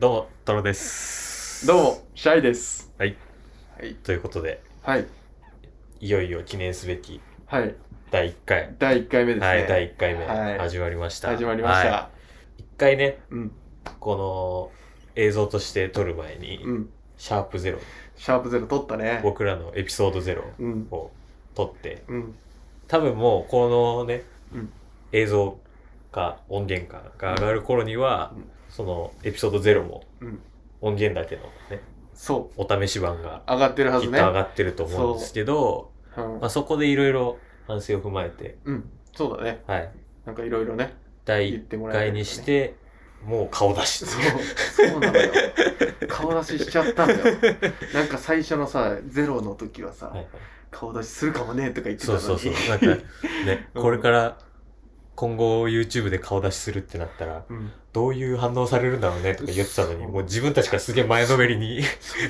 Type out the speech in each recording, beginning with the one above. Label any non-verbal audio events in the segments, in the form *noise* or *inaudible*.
どうも、トロです。どうも、シャイです。はい。はい。ということで、はい。いよいよ記念すべきはい。第1回。第1回目ですね。はい、第1回目、はい始まりました。始まりました。は1回ね、うん。この映像として撮る前に、うん。シャープゼロ、シャープゼロ取ったね。僕らのエピソードゼロうん。を撮って、うん。多分もうこのね、うん映像か音源かが上がる頃には、うんそのエピソードゼロもうん。音源だけのね、そう。お試し版が上がってるはきずっとね。上がってると思うんですけど、うんまあ、そこでいろいろ反省を踏まえて、うん。そうだね。はい、なんかいろいろね。第言っ1てもらえ回る、ね。にし。て、もう顔出しそ。う。そうなのよ。顔出ししちゃった *laughs* んだよ。なんか最初のさ、ゼロの時はさ、はいはい顔出しするかもねとか言ってたそのうに。そうそう。なんか、ね、うんこれから、今後 YouTube で顔出しするってなったら、うん。どういう反応されるんだろうねとか言ってたのに、そうもう自分たちがすげえ前のめりに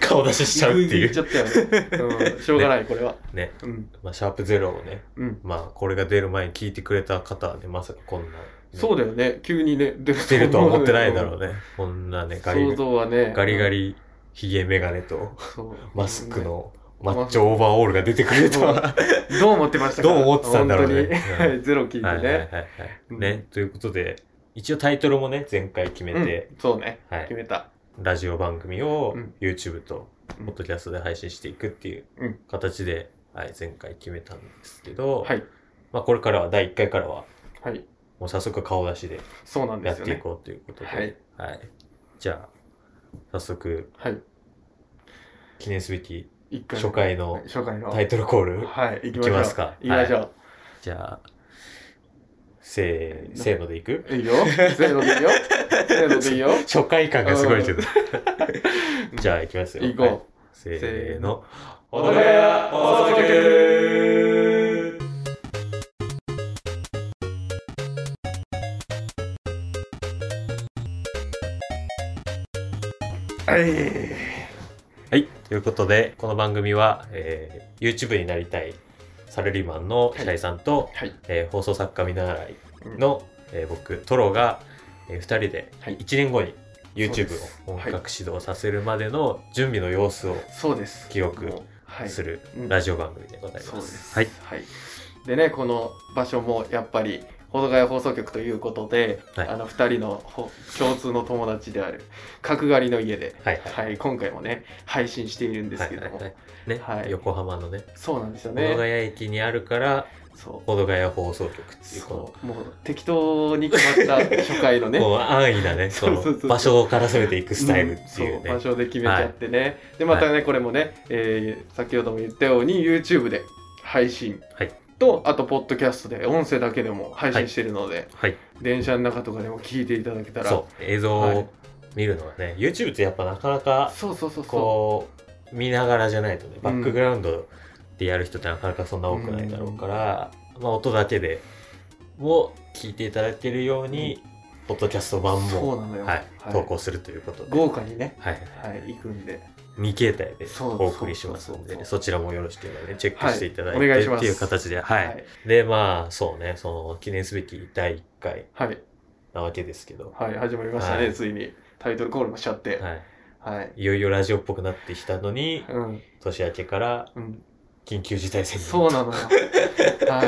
顔出ししちゃうってい言っちゃう。ったよ *laughs* ね。うん。しょうがない、これは。ね、うん。まあ、シャープゼロをね、うん。まあ、これが出る前に聞いてくれた方はね、まさかこんな、ね、そうだよね。急にね、出る出るとは思ってないだうろうねね。こんなね、ガリ想像はねガリガリ、ヒゲメガネと、そうマスクのママッチョオーバーオールが出てくるとは。どう思ってましたかどう思ってたんだろうね本当にゼロ聞いてね、はいはいはいはい。うんね、ということで、一応タイトルもね、前回決めて、うんそうね、はい決めたラジオ番組をうん YouTube とうんポッドキャストで配信していくっていううん形で、はい、前回決めたんですけど、はいまあこれからは、第1回からは、はいもう早速顔出しでそうなんでやっすよていねこうということで、はいはいじゃあ、早速、はい記念すべき一回初回の初回のタイトルコール、はい行きいきましょうますか。行きましょ、はいうじゃあ、せー、せーのでいくい、いよせーのでいいよせーのでい *laughs* いよ初回感がすごいけど。 *laughs* じゃあ、いきますよ。行はいこせーの。う音楽屋放送局はいはい。ということで、この番組は、えー YouTube になりたいサラリーマンの白井さんと、はいえー放送作家見習いの、えー僕、トロが、え2人ではい1年後にそう YouTube ですを音はい楽指導させるまでの準備の様子をそうです記録もうはいするうんラジオ番組でございそうま。ですす。はい。でね、この場所もやっぱり、保土ヶ谷放送局ということで、はいあの2人のほ共通の友達である角刈りの家で、はいはいはい、今回もね配信しているんですけども、はいはいはいね、はい横浜のねそうなんですよ小野ヶね谷駅にあるからそ小野ヶ谷放送局っうていうこそうもう適当に決まった初回の *laughs* のねもう安易なねそ *laughs* そうのそうそう場所から攻めていくスタイルっていんうね、そ場所で決めちゃってね、でまたねこれもね、えー先ほども言ったように YouTube で配信、はいとあとポッドキャストで音声だけでも配信してるので、はい電車の中とかでも聞いていただけたらそう映像はいを見るのはね、YouTube ってやっぱなかなかそうそうそうそこう見ながらじゃないとねバックグラウンドでやる人ってなかなかそんな多くないだろうから、まあ音だけでも聞いていただけるように、ポッドキャスト版うそも、うなのよ、はい、投稿するということで、豪華にねはい、はい行くんで未携帯でそうお送りしますのそうそうでそねうそちらもよろしければねチェックしていただいはいお願ていっしますていう形ではい、はいでまあそうねその記念すべき第1回はい、なわけですけど、はい始まりましたね、はいついにタイトルコールもしちゃってはい、はい、いよいよラジオっぽくなってきたのにうん年明けからうん緊急事態宣言そうなのよ *laughs* は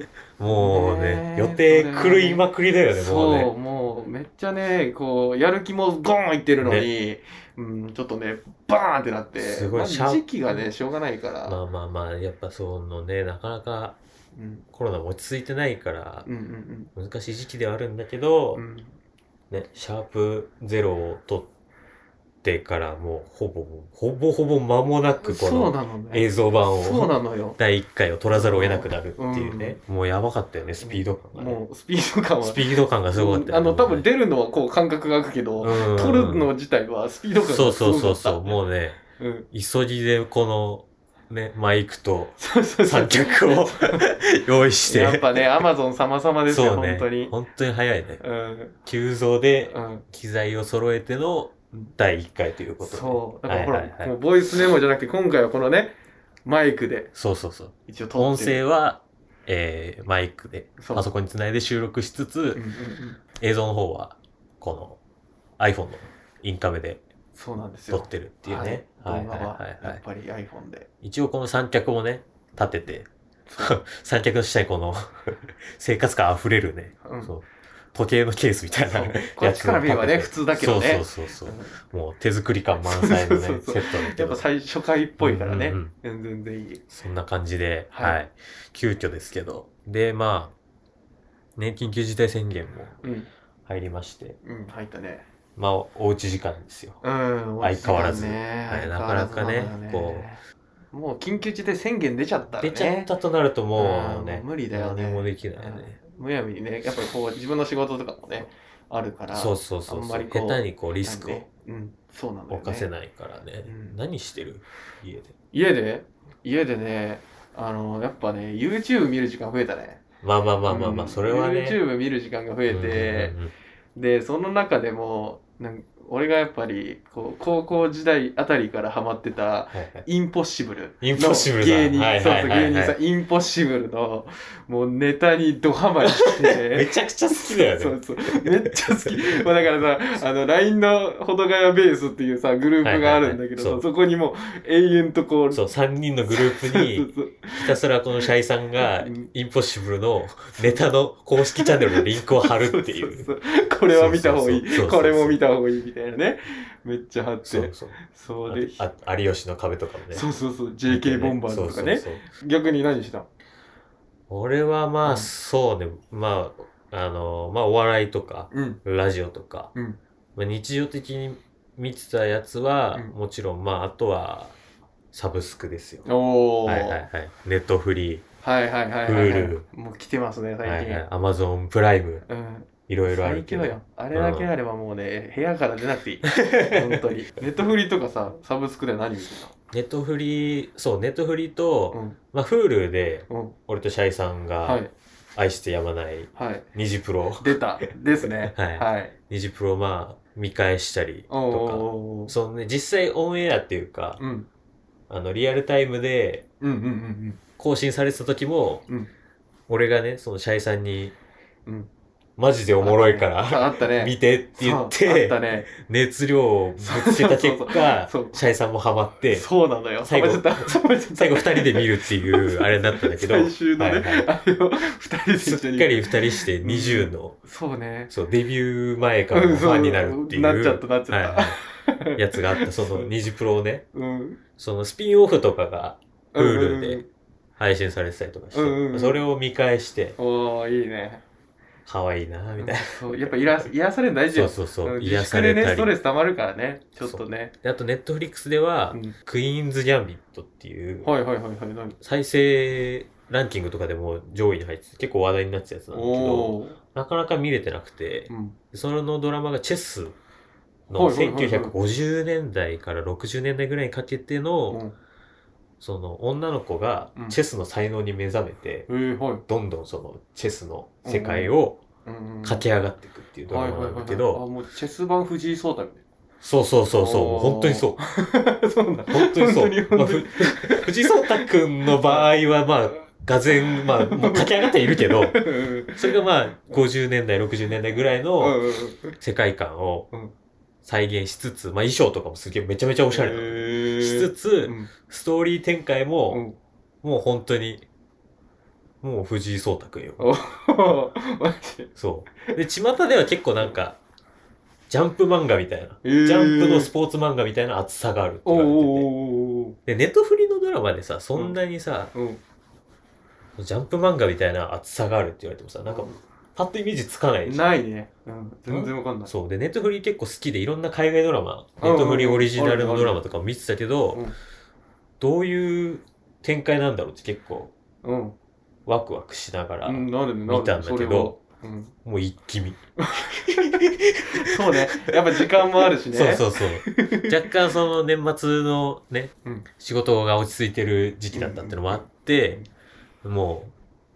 いもうねねえ予定狂いまくりだよねもうそねう、もうめっちゃね、こう、やる気もゴーンいってるのに、うん、ちょっとね、バーンってなって、すごいまあシャープ時期がね、しょうがないから、まあまあまあやっぱそのねなかなかうん、コロナも落ち着いてないからうん、うん、難しい時期ではあるんだけど、うん、うん、ね、シャープゼロを取ってからもうほぼ、ほぼほぼ間もなくこそうのなのね。映像版そうをなのよ。第1回を取らざるを得なくなるっていうね。もうやばかったよね、スピード感がね。もう、スピード感は。スピード感がすごかったよね。あの、多分出るのはこう、感覚が空くけど、うん撮るの自体はスピード感がすそごうそうそうそう、う、もうね、うん、急ぎでこの、ね、マイクとそうそうそ三う脚 *laughs* を用意して。やっぱね、アマゾン様々ですそよ、うね本当に。本当に早いね。うん、急増でうん。機材を揃えての第1回ということで。そう。だからほら、はいはいはいもうボイスメモじゃなくて、今回はこのね、マイクでそうそうそう。一応撮音ってる。声は、えーマイクで、そうパソコンにつないで収録しつつ、うんうんうん映像の方は、この iPhone のインカメでそうなんですよ撮ってるっていうね。は、はいい動画はいははいやはっい。ぱり iPhone で一応この三脚をね、立てて、そう、 *laughs* 三脚の下にこ *laughs* の生活感あふれるね、うん、そう時計のケースみたいそなうやつこっちから見ればねを立てて普通だけどねそうそうそううんそう。もう手作り感満載のね、セそうッそうトそだけやっどぱ。最初回っぽいからね、うんうんうん全然いいそんな感じで、はいはい。急遽ですけど。で、まあ、ね、緊急事態宣言もうん入りまして、うん入ったねまあ、おおうち時間ですよ。うん相変わらず落ち着かんねはい相変わらずのよなかなかねこもう緊急事態宣言出ちゃったらね出ちゃったとなるともう、あのうねん、無理だよね何もできないよね。むやみにねやっぱりこう自分の仕事とかもねあるからそうそうそうあんそまう。りこう下手にこうリスクなをんでうんそうなんだよね犯せないからね。うん何してる家で。家で家でねあのやっぱね YouTube 見る時間増えたねまあまあまあまあまうあ、んそれはね。 YouTube 見る時間が増えてうんうんうんでその中でもなん俺がやっぱりこう高校時代あたりからハマってたはいはいインポッシブルインポのッシブル芸人、だ。はいそうはそいうはい芸は人いさんインポッシブルのもうネタにドハマりし *laughs* めてちゃくちゃ好きだよね。 *laughs* そうそうめっちゃ好きまあだからさあの LINE の「ほどがやベース」っていうさグループがあるんだけどさ、はいはいはいそこにもう永遠とこうそう、3人のグループそうに、そうひたすらこのシャイさんがうん、インポッシブルのネタの公式チャンネルのリンクを貼るっていう。そうそうそうこれは見た方がいそうそうそうそいうそうこれも見た方がいいみたいなねめっちゃ貼っそうてそう。 *laughs* そうであとあ有吉の壁とかもね。そうそうそう JK ボンバーズとかねそうそうそう逆に何したの俺はまうあ、んそうね、まあ、あの、まあ、お笑いとか、うんラジオとか、うんまあ、日常的に見てたやつは、うんもちろん、まあ、あとは、サブスクですよ。おお、はいはいはい。ネットフリはいはいはいはいはい Hulu もう来てますねー、は最い近、はい、アマゾンプライム、うんいろいろあるけど。最強よあれだけあればもうね、部屋から出なくて *laughs* いい本当にネットフリとかさサブスクで何見てネットフリー、そう、ネットフリーと、たのまあ、Hulu で、うんうん俺とシャイさんはがい愛してやまない、はいニジプ *laughs* ロ、出たですね *laughs* はいはい、ニジプロ、まあ、見返したりおーとおか、ーそのね、実際オンエアっていうか、うんあの、リアルタイムでうんうんうん更新されてた時も、うんうん俺がね、そのシャイさんに、うんマジでおもろいかあら、あった *laughs* ね見てって言っそうあったて、ね熱量をぶつけた結果そうそうそうそう、シャイさんもハマって、そうなのよ最後サボっちゃっ *laughs* たサボっちゃった最後二人で見るっていう、あれになったんだけど、最終のね、はいはいあれを二人で一すっか緒にり二人して20の、そうねそう、デビュー前からのファンになるっていう。うんそうなっちゃったなっちゃったはいはいやつがあった、そ *laughs* のニジプロをね、うんそのスピンオフとかがうん Hulu で配信されてたりとかして、うんうんうんそれを見返して、おおいいね可愛いなみたいな。そうやっぱ癒や癒されるの大事そうよそうそう、ん癒自さ粛れでねたストレり。ス溜まるからねちょっとねであと、ネットフリックスでは、うんクイーンズ・ギャンビットっていう、はいはいはいはい何再生ランキングとかでも上位に入ってて、結構話題になってたやつなんだけど、おーなかなか見れてなくてう、んそのドラマがチェスはのいはいはいはい1950年代から60年代ぐらいにかけてうの、んその女の子がうんチェスの才能に目覚めてえ、ーはいどんどんそのチェスの世界をうんうん駆け上がっていくっていうドラマなんだけはいはいはいはいあど、もうチェス版藤井聡太みたいそうそうそうそおう、ー本当にそう。な *laughs* そうなん本当にそう。本当に本当にまあふ藤井聡太くんの場合は、まあ、がぜん、まあ、もう駆け上がってはいるけ *laughs* ど、うんうんそれがまあ、50年代、60年代ぐらいのうん世界観をうん再現しつつ、まあ衣装とかもすげえめちゃめちゃおしゃれなのへーしつうつ、んストーリー展開うも、ん *laughs* もう本当に、もう藤井聡太くんよ。マジそう。で、巷では結構なんか、ジャンプ漫画みたいな、えージャンプのスポーツ漫画みたいな厚さがあるってお言ーわれてておーおーで、ネットフリのドラマでさ、そんなにさ、おーうんジャンプ漫画みたいな厚さがあるって言われてもさ、なんか、パッとイメージつかないじゃんないね、うん、全然わかんないそう。で、ネットフリ結構好きで、いろんな海外ドラマ、ネットフリオリジナルのドラマとかも見てたけうどん、どういう展開なんだろうって結構うん、ワクワクしながら、うもん、なるねなるね見たんだけどそれはうん、う一気見。そうねやっぱ時間もあるしね *laughs* そうそうう *laughs* そう。若干その年末のねうん、仕事が落ち着いてる時期だったってのもあって、も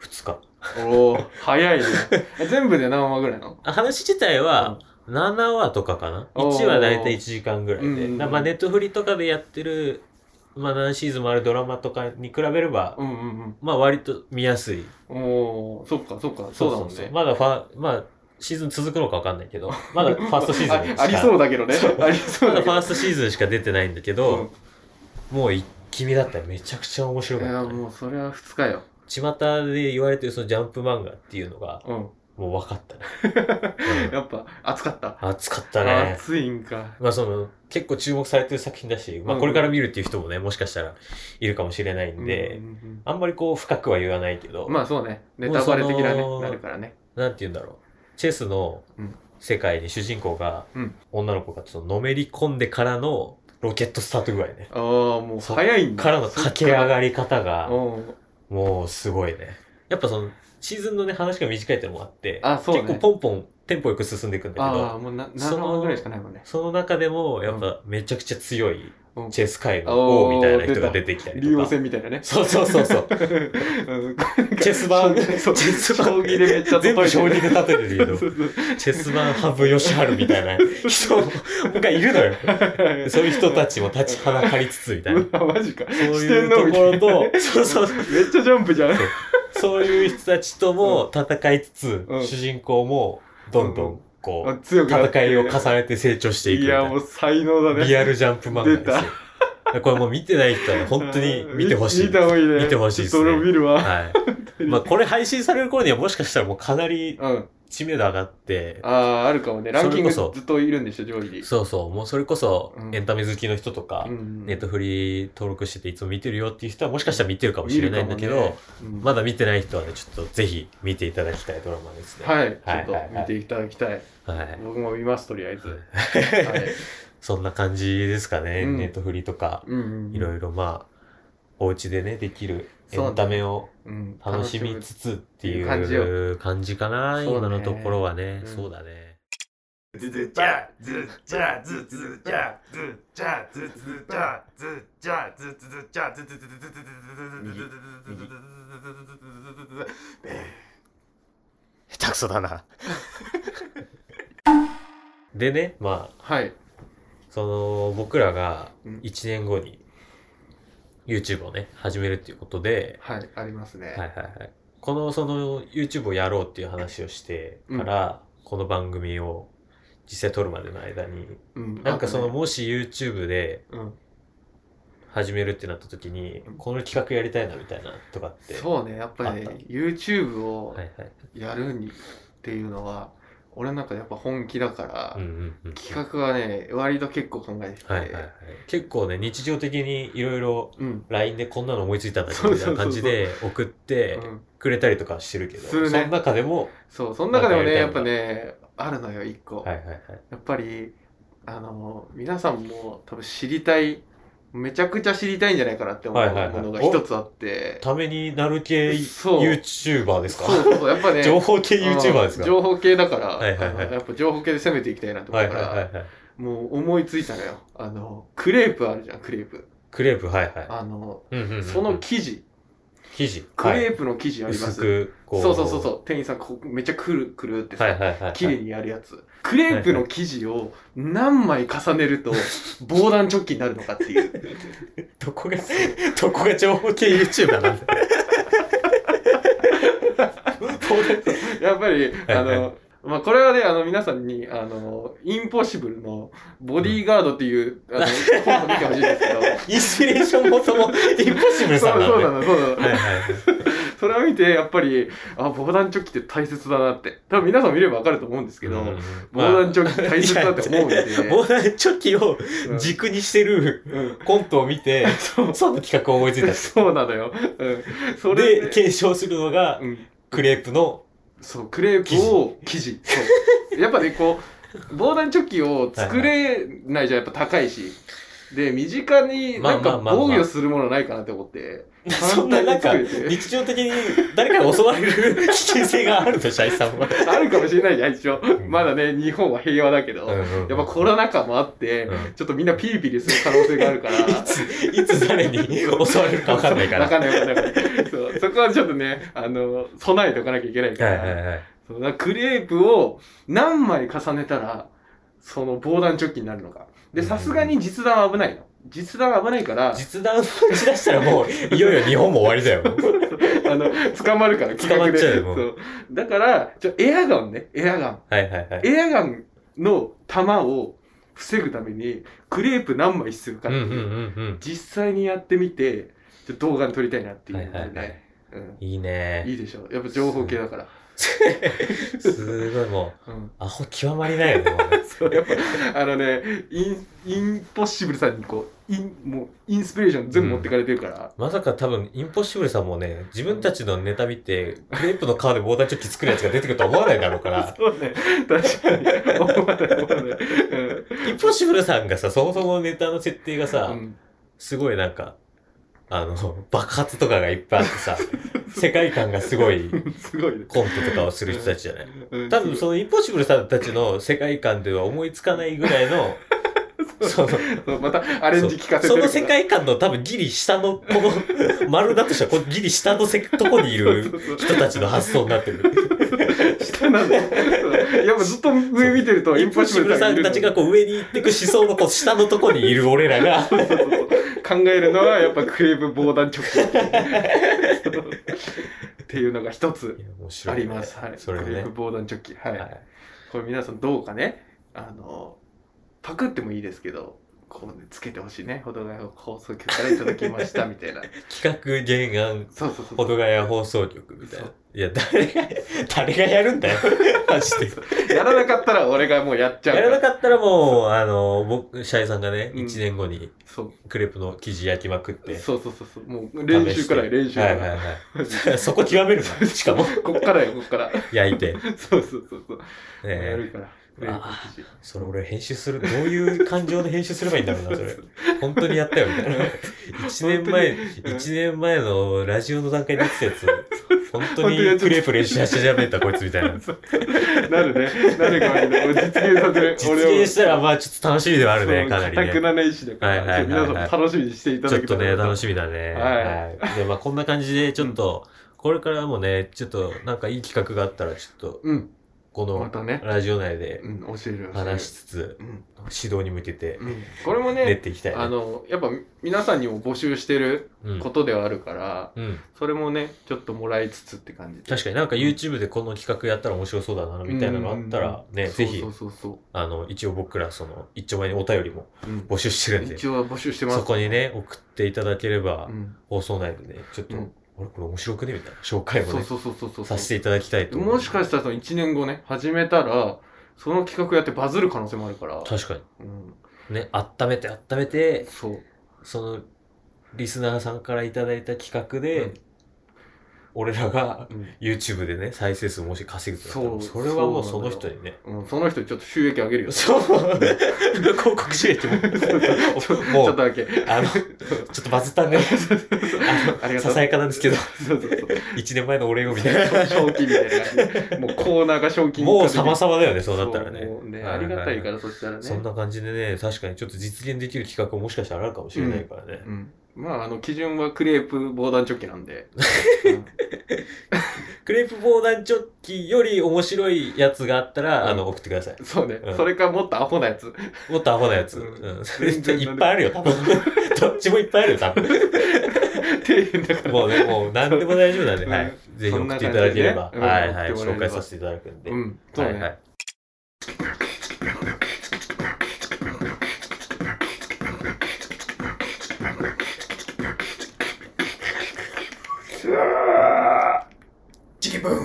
う2日。おー早いね *laughs* え全部で何話ぐらいなのあ話自体は、7話とかかなおー ?1 話だいたい1時間ぐらいで。うんうんうんだからまあネットフリとかでやってる、まあ何シーズンもあるドラマとかに比べれば、うんうんまあ割と見やすい。うんおーそっかそっかそうだもんねまだファン、まあシーズン続くのかわかんないけど、まだファーストシーズンしあか *laughs* ありそうだけどねそうありそ *laughs* うまだだけファどーストシーズンしか出てないんだけど、もう一気見だったらめちゃくちゃ面白いかやった、ね。もうそれは2日よ巷で言われてるそのジャンプ漫画っていうのが、うんもう分かったね。 *laughs* うんやっぱ暑かった熱かったね。暑いんかまあその、結構注目されてる作品だし、まあこれから見るっていう人もね、もしかしたらいるかもしれないんで、うんうんあんまりこう深くは言わないけど、うんまあそうねネタバレ的なもうそのねなるからねなんて言うんだろう。チェスのうん世界に主人公が、うん女の子がちょっとのめり込んでからのロケットスタート具合ね。ああもう早いんだからの駆け上りがり方が、うんもうすごいね。やっぱその、シーズンのね、話が短いってのもあって、あそうね結構ポンポンテンポよく進んでいくんだけああど、もうなそ7の話ぐらいしかないもんねその中でも、やっぱめちゃくちゃ強いうんチェス界の王みたいな人が出てきたり竜と王か。戦みたいなねそうそうそうそう。うんチェス盤、チ将棋ェス *laughs* 盤将棋でめっちゃ全部将棋で立ててるけどそ、うそうそうチェス盤羽生善治みたいな人も、僕はいるの *laughs* よ。そういう人たちも立ちはだかりつつみたいな。うわ *laughs* マジか。 *laughs* そういうところと、そうそうそう。めっちゃジャンプじゃん。そういう人たちとも戦いつつ、うん主人公もどんどんあこ強う、くなって戦いを重ねて成長していくいみたや、いもう才能だな。ね。リアルジャンプ漫画ですよ。これもう見てない人はね本当に見てほしあーい見。た方がいいね。見てほしいですねそれを見るわ。はい。まあこれ配信される頃にはもしかしたらもうかなりうん。知名度上がって、ああ、あるかもね。ランキングずそれこそっといるんでしょ、上位に。そうそう、もうそれこそうんエンタメ好きの人とかう、んネットフリー登録してていつも見てるよっていう人はもしかしたら見てるかもしれないんだけど、見るかもねうんまだ見てない人はね、ちょっとぜひ見ていただきたいドラマですね。はい、ちょはいっと見ていただきたい。はい。僕も見ます、とりあ *laughs* えず。はいそんな感じですかね。うんネットフリとか、うん。いろいろまあ、お家でね、できるエンタメをうん。楽しみつつってい楽しむってう感じかな、そうね今のところはね。うんそうだね。ずずちゃずちゃずずちゃずちゃずずちゃずちゃずずちゃずずずずず下手くそだな。 *laughs* でね、まあ、はい。その、僕らがうん1年後に YouTube をね、始めるっていうことで、はい、ありますね。はいはいはい。この、その、YouTube をやろうっていう話をしてから、この番組を実際撮るまでの間に、うん。なんかその、あとねもし YouTube でうん始めるってなった時に、この企画やりたいなみたいなとかって。そうね、やっぱりあっね、YouTube をはいはい。やるにっていうのは、俺なんかやっぱ本気だかうら、んうんうん。企画はね、割と結構考えてて、はいはいはい。結構ね、日常的にいろいろうん。 LINE でこんなの思いついたんだけどみたいな感じで送っうてん、くれたりとかしてるけど、するそねの中でも、そう、その中でもね、なやんっかぱやりね、あるのよ、一個。はいはいはい。やっぱり、あの、皆さんも多分知りたい、めちゃくちゃ知りたいんじゃないかなって思うはいはいはいものが一つあって、ためになる系そう YouTuber ですか *laughs* そうそうそう、やっぱね、情報系 *laughs* YouTuber ですうんか情報系だから、はいはいはいあのやっぱ情報系で攻めていきたいなとは思いうはいから、はいはい。もう思いついたのよ。あの、クレープあるじゃん、クレープ。クレープ、はいはい。あの、うんうんうんうんその生地、生地。クレーープの生地ありま薄す。く、こう。そうそうそうそう、店員さんこうめっちゃくるくるってさ、はいはいはいはい。綺麗にやるやつ。クレープの生地を何枚重 *laughs* ねると防弾チョッキになるのかっていう。どこが、 *laughs* どこが情報系 YouTuber なんだ *laughs* やっぱり、いあの、まあ、これはね、あの、皆さんに、あの、インポッシブルのボディーガードっていう、 *laughs* あの、本を見てほしいんですけど。インスピレーション元もインポッシブルそさんうなんそうで。なはの、そうなの。いはい。それを見て、やっぱり、あ、防弾チョッキって大切だなって。多分皆さん見ればわかると思うんですけど、うん防弾チョッキ大切だって思う *laughs* んで。まあ防弾チョッキをうん軸にしてるうんコントを見て、そうその企画を思いついたんです。 *laughs* そうなのよ。うん。それで、検証するのが、うん。クレープの、そう、クレープを生地。そう。やっぱね、こう、防弾チョッキを作れないじゃん、やっぱ高いし。で、身近になんまあかまあまあまあ防御するものないかなって思って。 *laughs* そんななんか簡単に作れて日常的に誰かに襲われる危 *laughs* 険性があるとシャイさんは。あるかもしれないじゃん、一応ん。まだね、日本は平和だけど。やっやぱコロナ禍もあって、うんちょっとみんなピリピリする可能性があるか *laughs* ら。いつ、いつ誰に襲われるか分かんないから。わかんないわかんない *laughs* そうそこはちょっとね、あの、備えておかなきゃいけないから。いはい。そうだからクレープを何枚重ねたら、その防弾チョッキになるのか。で、うんさすがに実弾は危ないの。実弾は危ないから、実弾を打ち出したらもう、いよいよ日本も終わりだよ。あの、捕まるから、気捕ま楽っで。ちゃうよもうそう。だから、ちょ、エアガンね、エアガン。はいはいはい。エアガンの弾を防ぐために、クレープ何枚必要かうっんてういんうう、ん実際にやってみて、ちょっと動画に撮りたいなっていうのでね、はいはいはいうんうん。いいねいいでしょう。やっぱ情報系だから。すごいもう、うん。アホ極まりないよね。もうねそう、やっぱ、あのね、イン、インポッシブルさんにこう、イン、もう、インスピレーション全部持ってかれてるから、まさか多分、インポッシブルさんもね、自分たちのネタ見て、クレープの皮で防弾チョッキ作るやつが出てくるとは思わないだろうから、そうね、確かに。思わない、思わない。うんインポッシブルさんがさ、そもそもネタの設定がさ、うんすごいなんか、あの、 *laughs* 爆発とかがいっぱいあって *laughs* さ、世界観がすごいすごいね。コントとかをする人たちじゃない。うん多分そのインポッシブルさんたちの世界観では思いつかないぐらい *laughs* の、その、そうまたアレンジ聞かせてそるのから世界観の多分ギリ下の、この丸だとしたら、このギリ下のせとこにいそるうそうそう人たちの発想になってる。下なのそうやっぱずっと上見てるとイインンポポッッシシブブルルささんんいるたちがこう上に行ってく思想のこう下のとこにいる俺らが、そうそうそう考えるのはやっぱクレーブ防弾チョッキそうっていうのが一ついや面白あいねります、はい、それクレねーブ。防弾チョッキはい、はいこれ皆さんどうかねあのパクってもいいですけどこうねつけてほしいね「ほどがや放送局からいただきました」みた *laughs* いな企画原案そうそうそう保土ヶ谷放送局みたいな。いや、誰が、誰がやるんだよ。 *laughs* マジで。やらなかったら俺がもうやっちゃうやかららなかったらもう、あの、僕、シャイさんがね、うん1年後にそうクレープの生地焼きまくって。そうそうそうそうもう練習から試して練習かはい *laughs* はいらはい。 *laughs* そこ極めるのしかも、こっからよこっから焼い *laughs* て。そうそうそうそう、やえるからうわクレープそれ俺編集する、どういう感情で編集すればいいんだろうな、それ。本当にやったよ、みたい *laughs* な。1年前、うん一年前のラジオの段階でやってたやつ、本当に本当にやっちゃったクレープ練習し始めた、こいつみたいな。記 *laughs* 事なるねなるかわいいねもう実現させる実現したら、まあちょっと楽しみではあるね、そうかなりね。固くなね意志だかはいはいはいらはい皆さんも楽しみにしていたちょだっけとね、楽ししみだね。はいはい。で、まあこんな感じで、ちょっと、これからもね、ちょっと、なんかいい企画があったら、ちょっと、うんこまの、たねラジオ内でうん教える教える話しつつ、うん指導に向けて、うんこれも練っねていきたいあね。のやっぱ皆さんにも募集してるうんことではあるからうん。それもねちょっともらいつつって感じで確かになんか YouTube でこの企画やったら面白そうだな、みたいなのがあったら、ね、ぜひそ、うそうそうあの、一応僕ら、その、一丁前にお便りもそううん募集してるんで、一応は募集してますそこにね、送っていただければう、ん放送内でね、ちょっと、あうれんこれ面白くねみたいな紹介もそうね、そうそうそうそうさせていただきたいと思いまもすしかしたらその1年後ね、始めたら、その企画やってバズる可能性もあるから。確かに。うん、ね、温めて温めて、そう。その、リスナーさんからいただいた企画うで、ん俺らがうん YouTube でね、再生数もし稼ぐとなったら、そそうれはもうそそうのなのよ人にね。うん、その人にちょっと収益上げるよ。そう。広告収益も。ちもょっとう、だけ。あの、ちょっとバズったね。あありのがとさう。さやかなんですけど、そうそうそう。 1年前のお礼をみたいな。賞金みたいな感じで。もうコーナーが賞金もう様々だよね、そうなったらそねうもう。ね。はありがたいはから、そしたらね。そんな感じでね、確かにちょっと実現できる企画ももしかしたらあるかもしれないからね。うん。まあ、あの、基準はクレープ防弾チョッキな *laughs* んで。うんクレープ防弾チョッキより面白いやつがあったら、うんあの、送ってください。そうねう。んそれかもっとアホ *laughs* なやつ。もっとアホなやつ。うんうん。全 *laughs* 然いっぱいあるよ、多分。どっちもいっぱいあるよ、多 *laughs* 分。底辺だか *laughs* ら。もうね、もう何でも大丈夫なんで、うんはい。ぜひ送っていただければ、そんなはい感じでねはい、うん送って紹もらえれば介させていただくんで。うん。そうはいね。はい。チキンブーン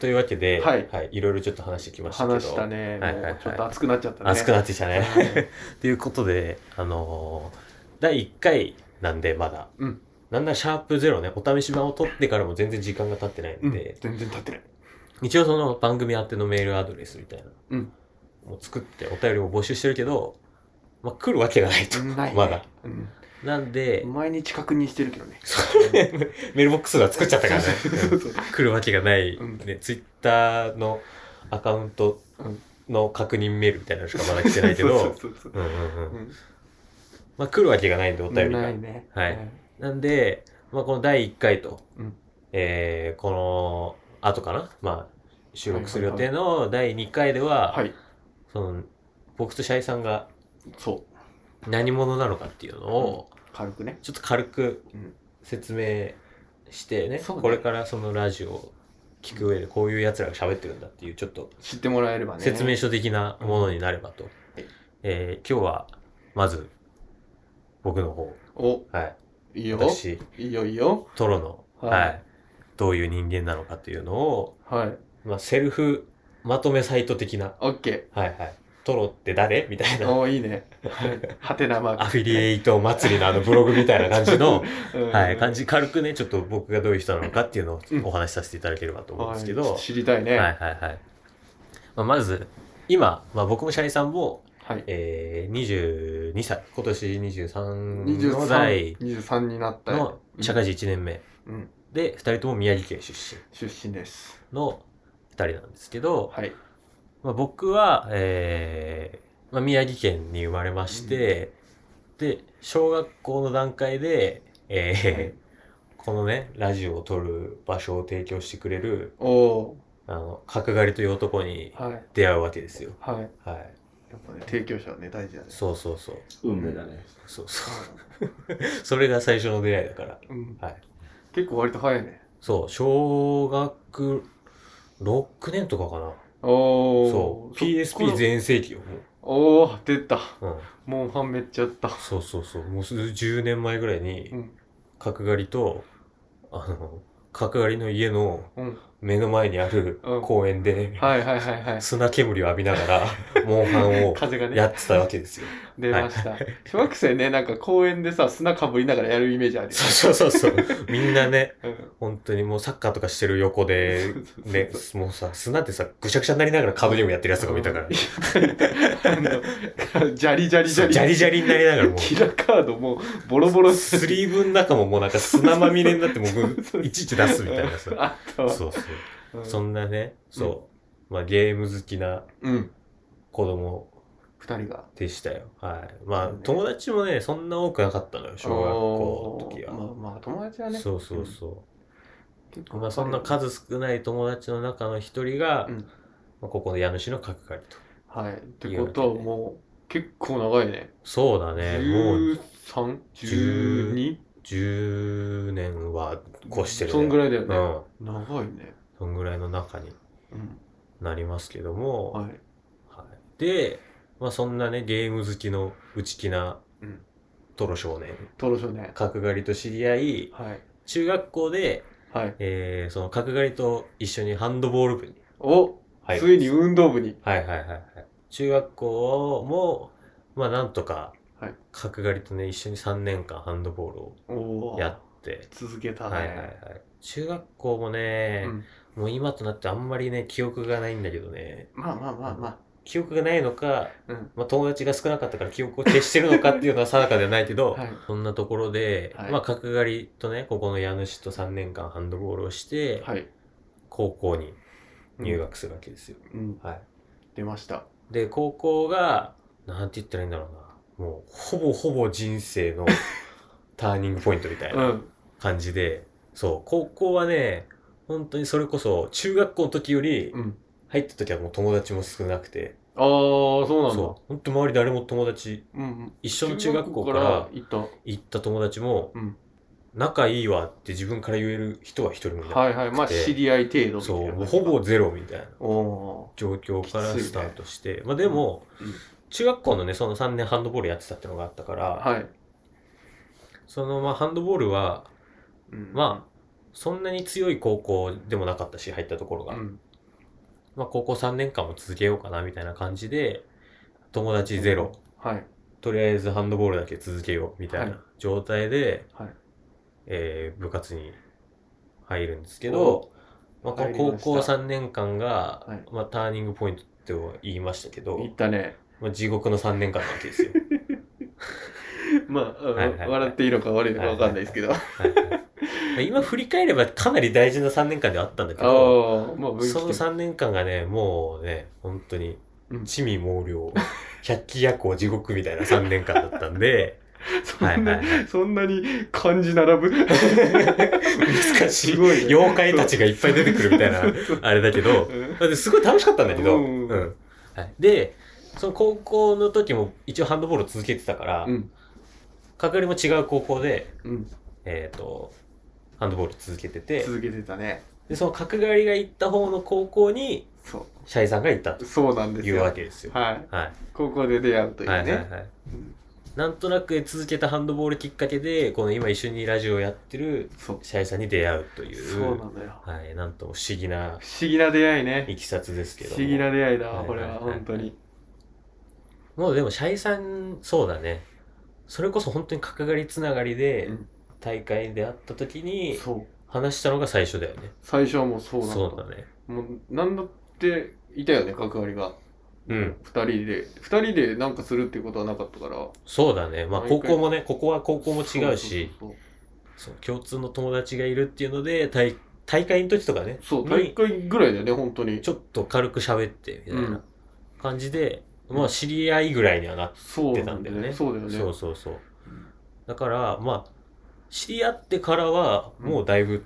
というわけで、はいはい。いろいろちょっと話してきましたけど。話したね。はいはいはいもうちょっと熱くなっちゃったね。熱くなってきたね。ね。ということで、あのー第1回なんで、まだ。うんなんならシャープゼロね、お試し版を取ってからも全然時間が経ってないんで、全然立ってない。一応その番組宛てのメールアドレスみたいな、うんもう作ってお便りも募集してるけど、まあ、来るわけがないと、ないねまだ。うんなんで、前に近くにしてるけどね。メールボックスが作っちゃったからねそうそうそううん来るわけがない、うんねツイッターのアカウントの確認メールみたいなのしかまだ来てないけどそうそうそううんうんうんうんまあ来るわけがないんでお便りがないね。はいなんで、まあ、この第1回と、うんえーこの後かな、まあ、収録する予定の第2回では、はい。その僕とシャイさんがそう。何者なのかっていうのを軽くね。ちょっと軽くうん説明してねそうねこれからそのラジオを聞く上でこういうやつらが喋ってるんだっていうちょっと知ってもらえればね説明書的なものになればと、えー今日はまず僕の方おはいいいよ私いいよいいよトロの、ははいいどういう人間なのかっていうのを、はいまあ、セルフまとめサイト的な、オッ *laughs* ケはいはい、トロって誰みたいーなおいいね *laughs* はいはてなマークアフィリエイト祭りのあのブログみたいな感じの、うんはい、感じ軽くねちょっと僕がどういう人なのかっていうのをうんお話しさせていただければと思うんはでいすけど、知りたいねはいはいはい。まあ、まず、今、まあ、僕もシャイさんも、はいえー、22歳、今年23の23代23になったの社会人1年目うんで、2人とも宮城県出出身です身の2人なんですけど、はいまあ、僕は、えーまあ、宮城県に生まれまして、で、小学校の段階で、えーこのね、ラジオを撮る場所を提供してくれる、おおあの、角刈りという男にーはい出会うわけですよ。はいやっはい。ぱね提供者はね大事だねそうそうそう。運命だね。そうそう。 *laughs* それが最初の出会いだから。うんはい結構割と早いねそう、小学6年とかかな。おそおう。PSP 全盛期よ。もおお出たううん。モンハンめっちゃやったそうそうそう。もうす10年前ぐらいにう、ん角刈りと、あの、角刈りの家のうん目の前にあるうん公園で、はいはいはいはい砂煙を浴びながら、 *laughs* モンハンを風がねやってたわけ *laughs* ですよ。出ました小学生ねなんか公園でさ砂かぶりながらやるイメージあるよそうそうそうそう。みんなね、うん本当にもうサッカーとかしてる横でそうそうそう、ね、もうさ、砂ってさ、ぐちゃぐちゃになりながら株でもやってるやつが見たから、あのジャリジャリジそャうリジャリジャリになりなが *laughs* らもキラーカードもうボロボロう、スリーブの中ももうなんか砂まみれになってもそういちいち出すみたいなさ。あったわそうそう。うんそんなね、そう、まあゲーム好きなうん子供二人がでしたよ。はい。まあ友達もね、そんな多くなかったのよ、小学校の時おは。ーまあまあ友達はねそうそうそ結う。構まあそんな数少ない友達の中の一人が、うんまあここの家主の角刈りと。はいってことはもう結構長いねそうだね。もう1312 10年は越してる、ね。そんぐい。らいだようねん。長いねそんぐらいの中にうんなりますけども。はい。はいで、まあそんなね、ゲーム好きの内気なうんトロ少年、トロ少年角刈りと知り合い、はい中学校で、はいえー、その角刈りと一緒にハンドボール部にお入ついる。に運動部にはいはいはいはい。中学校も、まあなんとかはい、角刈りとね、一緒に3年間ハンドボールをおーやって、続けたね、はいはいはい。中学校もね、うんもう今となってあんまりね、記憶がないんだけどね、まあまあまあま記憶がないのか、うんまあ、友達が少なかったから記憶を消してるのかっていうのは定かではないけあ、ど、 *laughs* はい、そんなところで、はいまあ、角刈りとね、ここの家主と3年間ハンドボールをして、はい、高校に入学するわけですよ。うん、はい。出ましたで、高校が、なんて言ったらいいんだろうな、もう、ほぼほぼ人生 *laughs* のターニングポイントみたいうなん感じで、そう、高校はね、本当にそれこそ、中学校の時より、うん入った時はもう友達も少なくて、ああそうなんだそう、本当周り誰も友達、う、ん、一緒の中学校か中ら学校から行っ行った友達も、うん仲いいわって自分から言える人は一人もいたない。はいはいまあ知り合い程度みたそ、いうなもうほぼゼロみたいなおお状況からきついねスタートして、まあでも、うんうん中学校のね、その3年ハンドボールやってたってのがあったから、ーはい、そのまあハンドボールは、うんまあ、そんなに強い高校でもなかったし、入ったところが。うんまあ高校3年間も続けようかなみたいな感じで、友達ゼロ、はいとりあえずハンドボールだけ続けようみたいはいな状態で、はいえー部活に入るんですけど、まあ、この入り高ました校3年間が、はいまあ、ターニングポイントって言いましたけど行、ったねまあ、地獄の3年間なわけですよ。まあ、はいはいはい笑っていいのか悪いのかわかんないですけど、はいまあ今振り返ればかなり大事な3年間ではあったんだけああど、ーまあ分岐点その3年間がね、もうね、本当にうん、地味猛量、百鬼夜行地獄みたいな3年間だったんで、そはいんな、はいはいそんなに漢字並ぶ難しすいごいね妖怪たちがいっぱい出てくるみたいな *laughs* そうそうそうあれだけど、うんだってすごい楽しかったんだけど、ううんんはい、でその高校の時も一応ハンドボール続けてたから、うんかかりも違う高校で、うんえっとハンドボール続けてて、続けてたねで、その角刈りが行った方の高校に、そシャイさんが行ったうとそうなんですいうよわけですよ。はいはい。高校で出会うというね、はいはいはいうん。なんとなく続けたハンドボールきっかけで、この今一緒にラジオをやってるそうシャイさんに出会うといそうなんだよはい、なんとも不思議な不思議な出会いねいきさつですけ不ども。思議な出会いだはいこれははいはい本当にもうでもシャイさん、そうだね。それこそ本当に角刈りつながりでうん、大会で会った時にそう話したのが最初だよね。最初はもうそうなんだそうだね。もう何だっていたよね関わりがうん。 2人で2人でなんかするっていうことはなかったからそうだね。まあ毎回高校もね、ここは高校も違うし、そうそうそう共通の友達がいるっていうので、大大会の時とかね、そうそうに大会ぐらいだよね本当にちょっと軽く喋って、みたいうなん感じで、まあ知り合いぐらいにはなっそうてなたんんだだよよねね。そうだよねそうそうそう。だから、まあ、知り合ってからは、うんもうだいぶ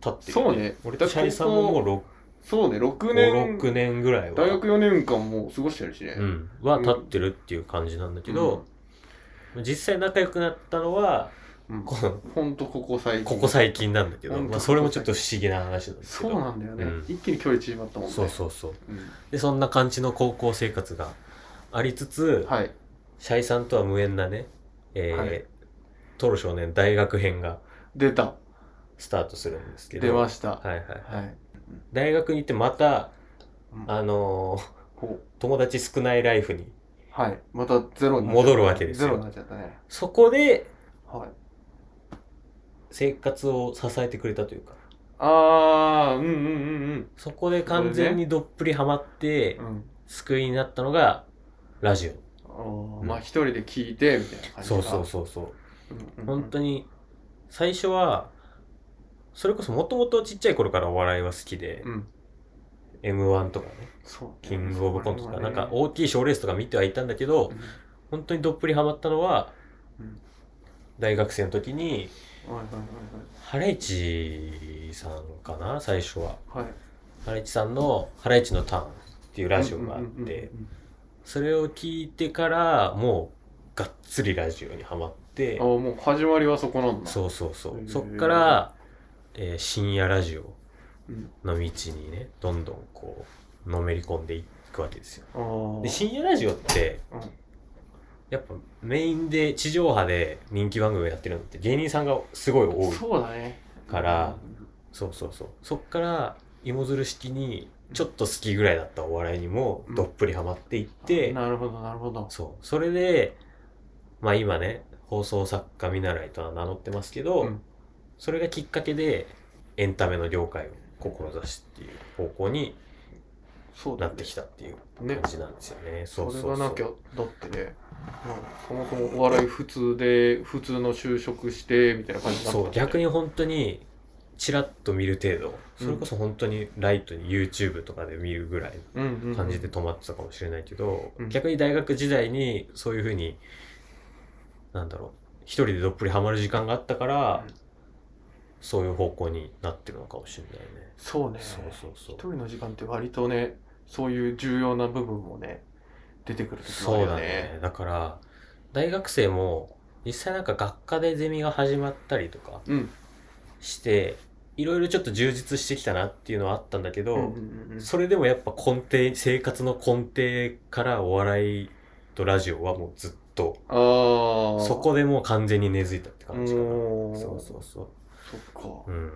経ってる、そうね俺とだってシャイさんももうそうね6 6年年、6年ぐらいは。大学4年間もう過ごしてるしね、うん、は経ってるっていう感じなんだけど、実際仲良くなったのは、うんこの、ほんとここ最近ここ最近なんだけど、ほんとまあ、それもちょっと不思議な話なんですけそど。うなんだよね、うん一気に距離縮まったもんねそうそうそう。うんで、そんな感じの高校生活がありつつ、はいシャイさんとは無縁なね、えーはいトロ少年大学編が出たスタートするんですけど。出ましたははいはい。い、大学に行ってまた、うんあのーこう友達少ないライフに。はいまたゼロになっちゃった戻るわけですよゼロになっちゃったねそこではい生活を支えてくれたというか、あーうんうんうんそこで完全にどっぷりハマってう、んうん救いになったのが、ラジオ。あーうんまあ一人で聞いてみたいな感じそうそうそそうそう。うん本当にに、最初は、それこそもともとちっちゃい頃からお笑いは好きで、うん M1 とかね、そうキングオブコントとか、そうなんかね大きい賞レースとか見てはいたんだけどう、ん本当にどっぷりハマったのはうん、大学生の時に、はいはいハライチさんかな最初ははいはいハライチさんの「ハライチのターン」っていうラジオがあっうんうんうんてうんそれを聞いてからもうがっつりラジオにはまってああもう始まりはそこなんだそうそうそへーうそっから、えー深夜ラジオうん、の道にねどんどんこうのめり込んでいくわけですよあーで深夜ラジオってうんやっぱメインで地上波で人気番組をやってるのって芸人さんがすごい多いそうだねからそうそうそうそっから芋づる式にちょっと好きぐらいだったお笑いにもうんどっぷりハマっていっでて、なるほどなるほどそうそれでまあ今ね放送作家見習いとは名乗ってますけど、うんそれがきっかけでエンタメの業界を志すっていう方向にそうなだってきたっていうね感じなんですよね。そそうれそうがそなきゃう。だってねまあそもそもお笑い普通で普通の就職してみたいな感じだったそう逆に本当にチラッと見る程度うんそれこそ本当にライトに YouTube とかで見るぐらいの感感じで止まってたかもしれないけど、うん逆に大学時代にそういうふうになんだろう一人でどっぷりハマる時間があったから、うんそういう方向になってるのかもしれないね。そうねそうそう一そう。人の時間って割とねそういう重要な部分もね出てくる時もそあるうよだねね。だから大学生も実際なんか学科でゼミが始まったりとかうんしていろいろちょっと充実してきたなっていうのはあったんだけど、うんうんうんそれでもやっぱ根底生活の根底からお笑いとラジオはもうずっとあーそこでもう完全に根付いたって感じかな。おーそうそうそそっう。かうん。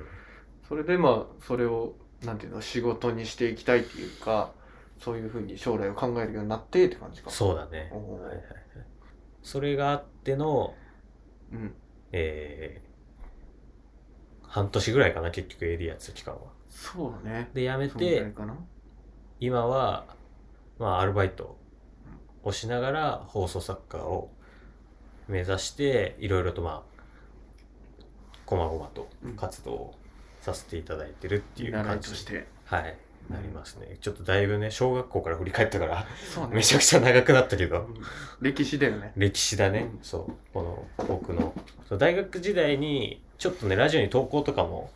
それでまあそれをなんていうの仕事にしていきたいっていうかそういうふうに将来を考えるようになってって感じかそうだね。おーはいはいはい。それがあっての、うんえー、半年ぐらいかな、結局エリアつ期間は。そうだねで、辞めそんぐらてい、かな今は、まあ、アルバイトをしながら放送作家を目指して、いろいろとまあ、こまごまと活動をさせていただいてるっていう習感いじとでしてはい。なりますね。ちょっとだいぶね、小学校から振り返ったから、 *laughs* そうねめちゃくちゃ長くなったけど、歴史だよね歴史だねう。んそう。この、僕の。そう大学時代に、ちょっとね、ラジオに投稿とかも、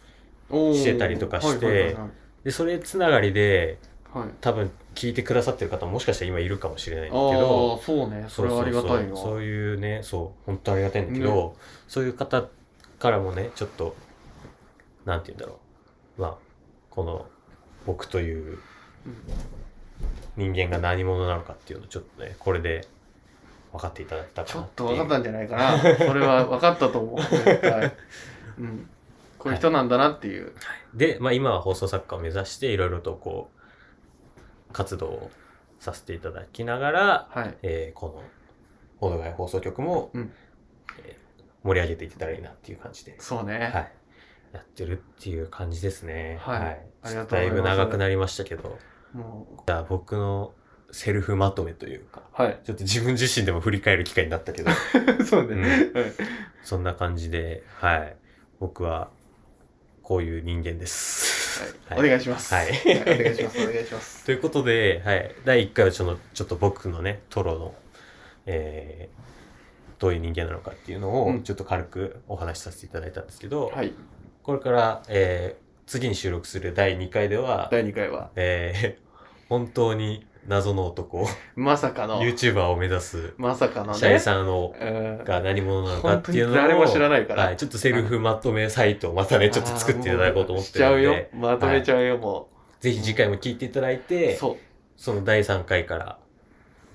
してたりとかしてはいはいはいで、それつながりで、はい、はい多分聞いてくださってる方ももしかしたら今いるかもしれないんあだけど、あそうねそうれはありがたいよそうそういうね、そう、本当ありがたいんだけど、そういう方からもね、ちょっとなんて言うんだろう。まあ、この、僕という人間が何者なのかっていうのをちょっとね、これで分かっていただけたかちなょっってという分かったんじゃないかな。それは分かったと思う。絶 *laughs* 対うん。こういう人なんだなっていう。で、まあ、今は放送作家を目指していろいろとこう活動をさせていただきながら、はい。えーこの「報道外放送局も」うんえー盛り上げていけたらいいなっていう感じで、そうはね。い、やってるっていう感じですね。はいありがとうござだいいますぶ長くなりましたけどもじゃあ僕のセルフまとめというか *laughs* う。はい。ちょっと自分自身でも振り返る機会になったけ *laughs* どそうね。はいそんな感じで、はい、僕はこういう人間です。はい。お願いします。はいお願いします。お願いします。ということで、はい、第1回はちょっとちょっと僕のねトロの、えーどういう人間なのかっていうのうをんちょっと軽くお話しさせていただいたんですけど、はい。これから、えー次に収録する第2回では、第2回は、えー *laughs* 本当に謎の男まさかの、 YouTuber を目指すまさかのシャイね。さんをうんが何者なのかっ本て当いにうのを誰も知らないから。はい、ちょっとセルフまとめサイトをまたねちょっと作っていただこうと思ってるのあーもうしちゃうよで。まとめちゃうよ、もぜひ次回も聞いていただいて、う。そう。その第3回から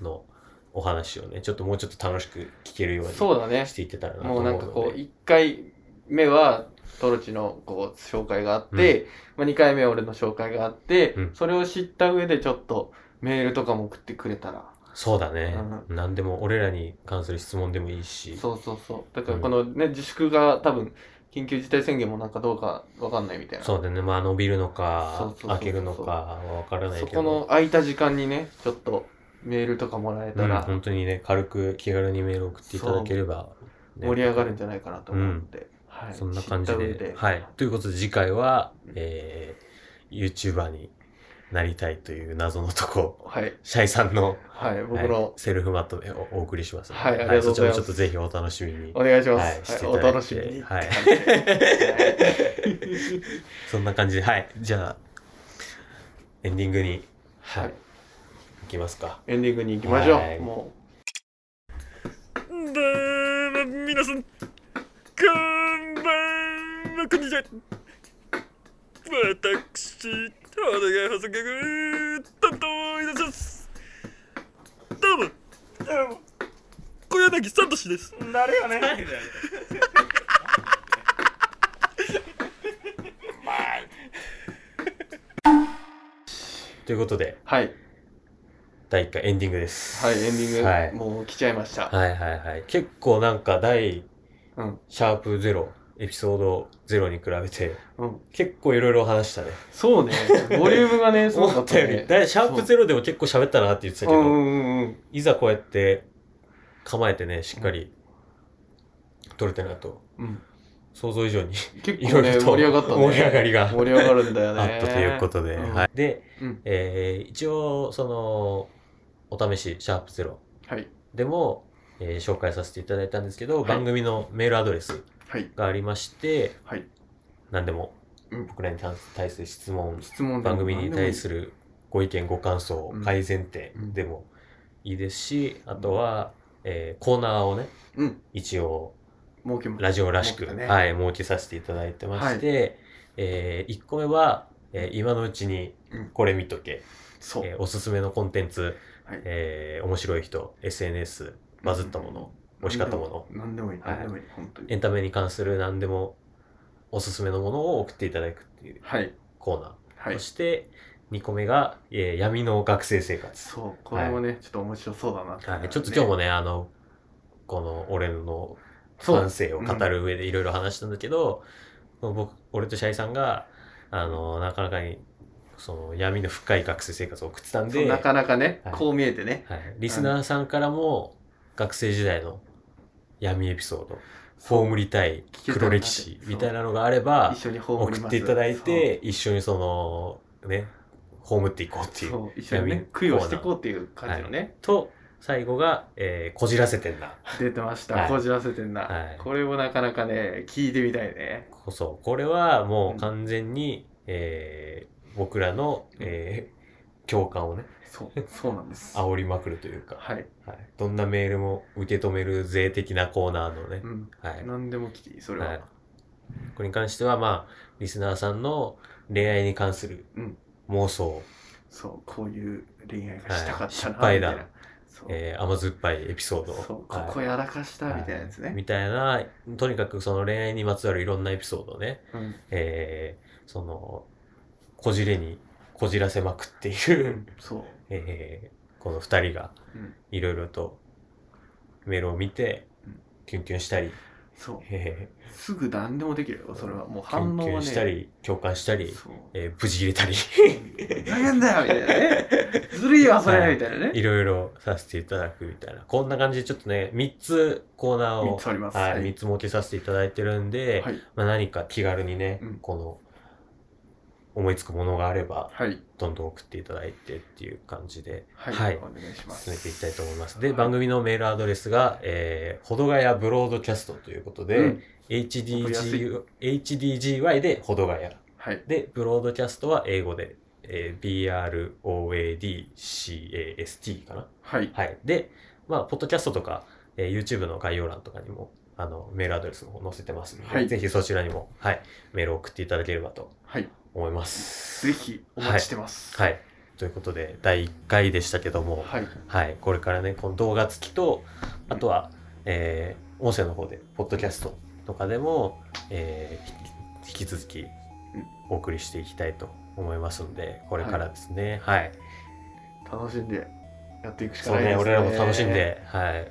のお話をね、ちょっともうちょっと楽しく聞けるようにそうだねし。ていけたらなと思もううのなで。んかこう、1回目は、トロチのこう紹介があって、まあ、2回目は俺の紹介があって、うんそれを知った上でちょっとメールとかも送ってくれたら、そうだね。う何でも俺らに関する質問でもいいし。そうそうそう。だからこのね、自粛が多分、緊急事態宣言もなんかどうかわかんないみたいな。そうだね。まあ伸びるのそうかそう、そうそう開けるのかはわからないそけど。この空いた時間にね、ちょっとメールとかもらえうたん、ら本当にね、軽く気軽にメールを送っていただければ、ね盛り上がるんじゃないかなと思って。はい、そんな感じ知ったで上ではい。ということで次回は、えー、YouTuber になりたいという謎のとこ、はい。シャイさんのはい、僕はいの、セルフマットでおお送りしますので。はいありがとうございまそちらもすちょっとぜひお楽しみに。お願いしまはい、してす。いはたい、だおいて楽しみに。はい。 *laughs* はいそんな感じで、はい。じゃあ、エンディングに、ははいい。いきますか。エンディングに行きましょ。はいうもどうも皆さんこんばんはこんにちは私お願い補足局担当いたしますどうもどうも小柳さとしです誰よねみたいなということでう、、はい。第1回エンディングです。はい、エンデはィンいグ、もう来ちゃいました。はいはいはい。結構なんか、第、うん。シャープゼロ、エピソードゼロに比べて、うん。結構いろいろ話したね。そうね。ボリュームがね、すご *laughs* 思かっったたより、ね。だいシャープゼロでも結構喋ったなって言ってたけうど、んうんうん。いざこうやって構えてね、しっかり撮れてるなと、うん。想像以上に結い構ろね、いろと盛り上がったね。盛り *laughs* 上がりが盛り上がるんだよね。あったということで、うんはい。で、うん。えー一応、その、お試し、シャープゼロはい。でも、えー紹介させていただいたんですけど、い番組のメールアドレスはい。がありまして、はい。何でもうん僕らに対対する質問、質問番組に対する。るご意見、ご感想う、ん改善点でもいいですし、あとは、えーコーナーをね、うん。一応、儲けも。ラジオらしく、そうだねはい、設けさせていただいてまして、え1個目は、えー今のうちにうんこれ見とけ、そう。えーおすすめのコンテンツ、はいえー面白い人、SNS、バズったもの、美味しかったもの、何でもいい、はい何でもいい、本当エに。ンタメに関する何でもおすすめのものを送っていただくっていうはい。コーナー。はいそ。して2個目が、えー闇の学生生活。そう、これもね、ちょっと面白そうだなてはい、ちょっと今日もね、あの、この俺のそう感性を語る上でいろいろ話したんだけど、僕、俺とシャイさんが、あの、なかなかに、その闇の深い学生生活を送ってたんそうで、なかなかねはい、こう見えてね。はい、リスナーさんからも、学生時代の闇エピソード、葬りたい聞けたら黒歴史みたいなのがあれば一、緒に葬送ります。っていただいて、一緒にその、ね、葬っていこうってそ、いうう。そう一緒にね、供養していこうっていう感じのね、と、最後が、えーこじらせてんな。出てましはた。いこじらせてんはいな。これもなかなかね、聞いてみたいね。こそこれはもう完全に、えー僕らの、えー共感をねそう、そうなんです。煽りまくるというか、はい。はい、どんなメールも受け止める税的なコーナーのねう、ん。はい何でも来ていい、それは。、はいこれに関しては、まあ、リスナーさんの恋愛に関するうん妄想、そう、こういう恋愛がしたかったな、はいみ失たい敗な談。そう、えー甘酸っぱいエピソード。そうはこいこやらかした、みたいなやつはいね。みたいな、とにかくその恋愛にまつわるいろんなエピソードをね、うんえーその、こじれにこじらせまくっている、そう。えーこの二人がうん、いろいろとメロを見てうん、キュンキュンしたり、そう。えすぐ何でもできるよ、それは。もうーキュ反ンキ応ュはンしたね。り、共感したり、そう。えー無事入れたり、大変だよ、みたいなね。ずるいわ、そはれ、いみたいなね。 *laughs* いろいろさせていただくみたいな。こんな感じでちょっとね、3つコーナー3を、つあります。はい、3つ設けさせていただいてるんで、はい。まあ、何か気軽にね、うんこの思いつくものがあればはい。どんどん送っていただいてっていう感じで、はい。お願いします。進めていきたいと思います。で、はい番組のメールアドレスが、えー、ほどがやブロードキャストということで、うん HDG HDGY でほどがや。はい。で、ブロードキャストは英語で、えー、BROADCAST かな。はい。はい。で、まあ、ポッドキャストとか、えー YouTube の概要欄とかにも、あの、メールアドレスの方載せてますので、はいぜひそちらにも、はい、メールを送っていただければとはい。思います。ぜひ、お待ちしてます。はい。ということで、第1回でしたけども、はい。はい、これからね、この動画付きと、あとは、えー音声の方で、ポッドキャストとかでも、えーひ引き続き、お送りしていきたいと思いますので、これからですね、はい。楽しんで、やっていくしかそうないですね、ね。俺らも楽しん。で、はい。はい。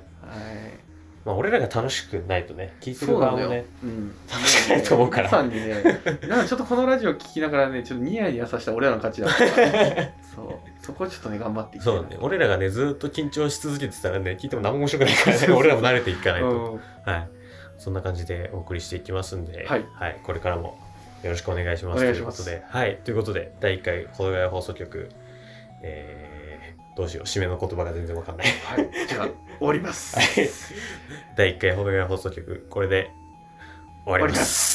まあ、俺らが楽しくないとね、聞いてるそうな側のもよ。ね、うん。楽しくないと思うから皆さんにね、なんかちょっとこのラジオ聞きながらね、ちょっとニヤニヤさせた俺らの勝ちだ *laughs* から。そう。そこちょっとね、頑張っていきたいそなうね、俺らがね、ずっと緊張し続けてたらね、聞いても何も面白くないからね、俺らも慣れていかないと。うん。はい。そんな感じでお送りしていきますんで、はいこれからもよろしくお願いします。お願いしますということで、はい。ということで、第1回、ほどがや放送局、えー、どうしよう、締めの言葉が全然わかん *laughs* ない。はい。じゃあ、終わります。はい第1回、ほどがや放送局、これで終わります。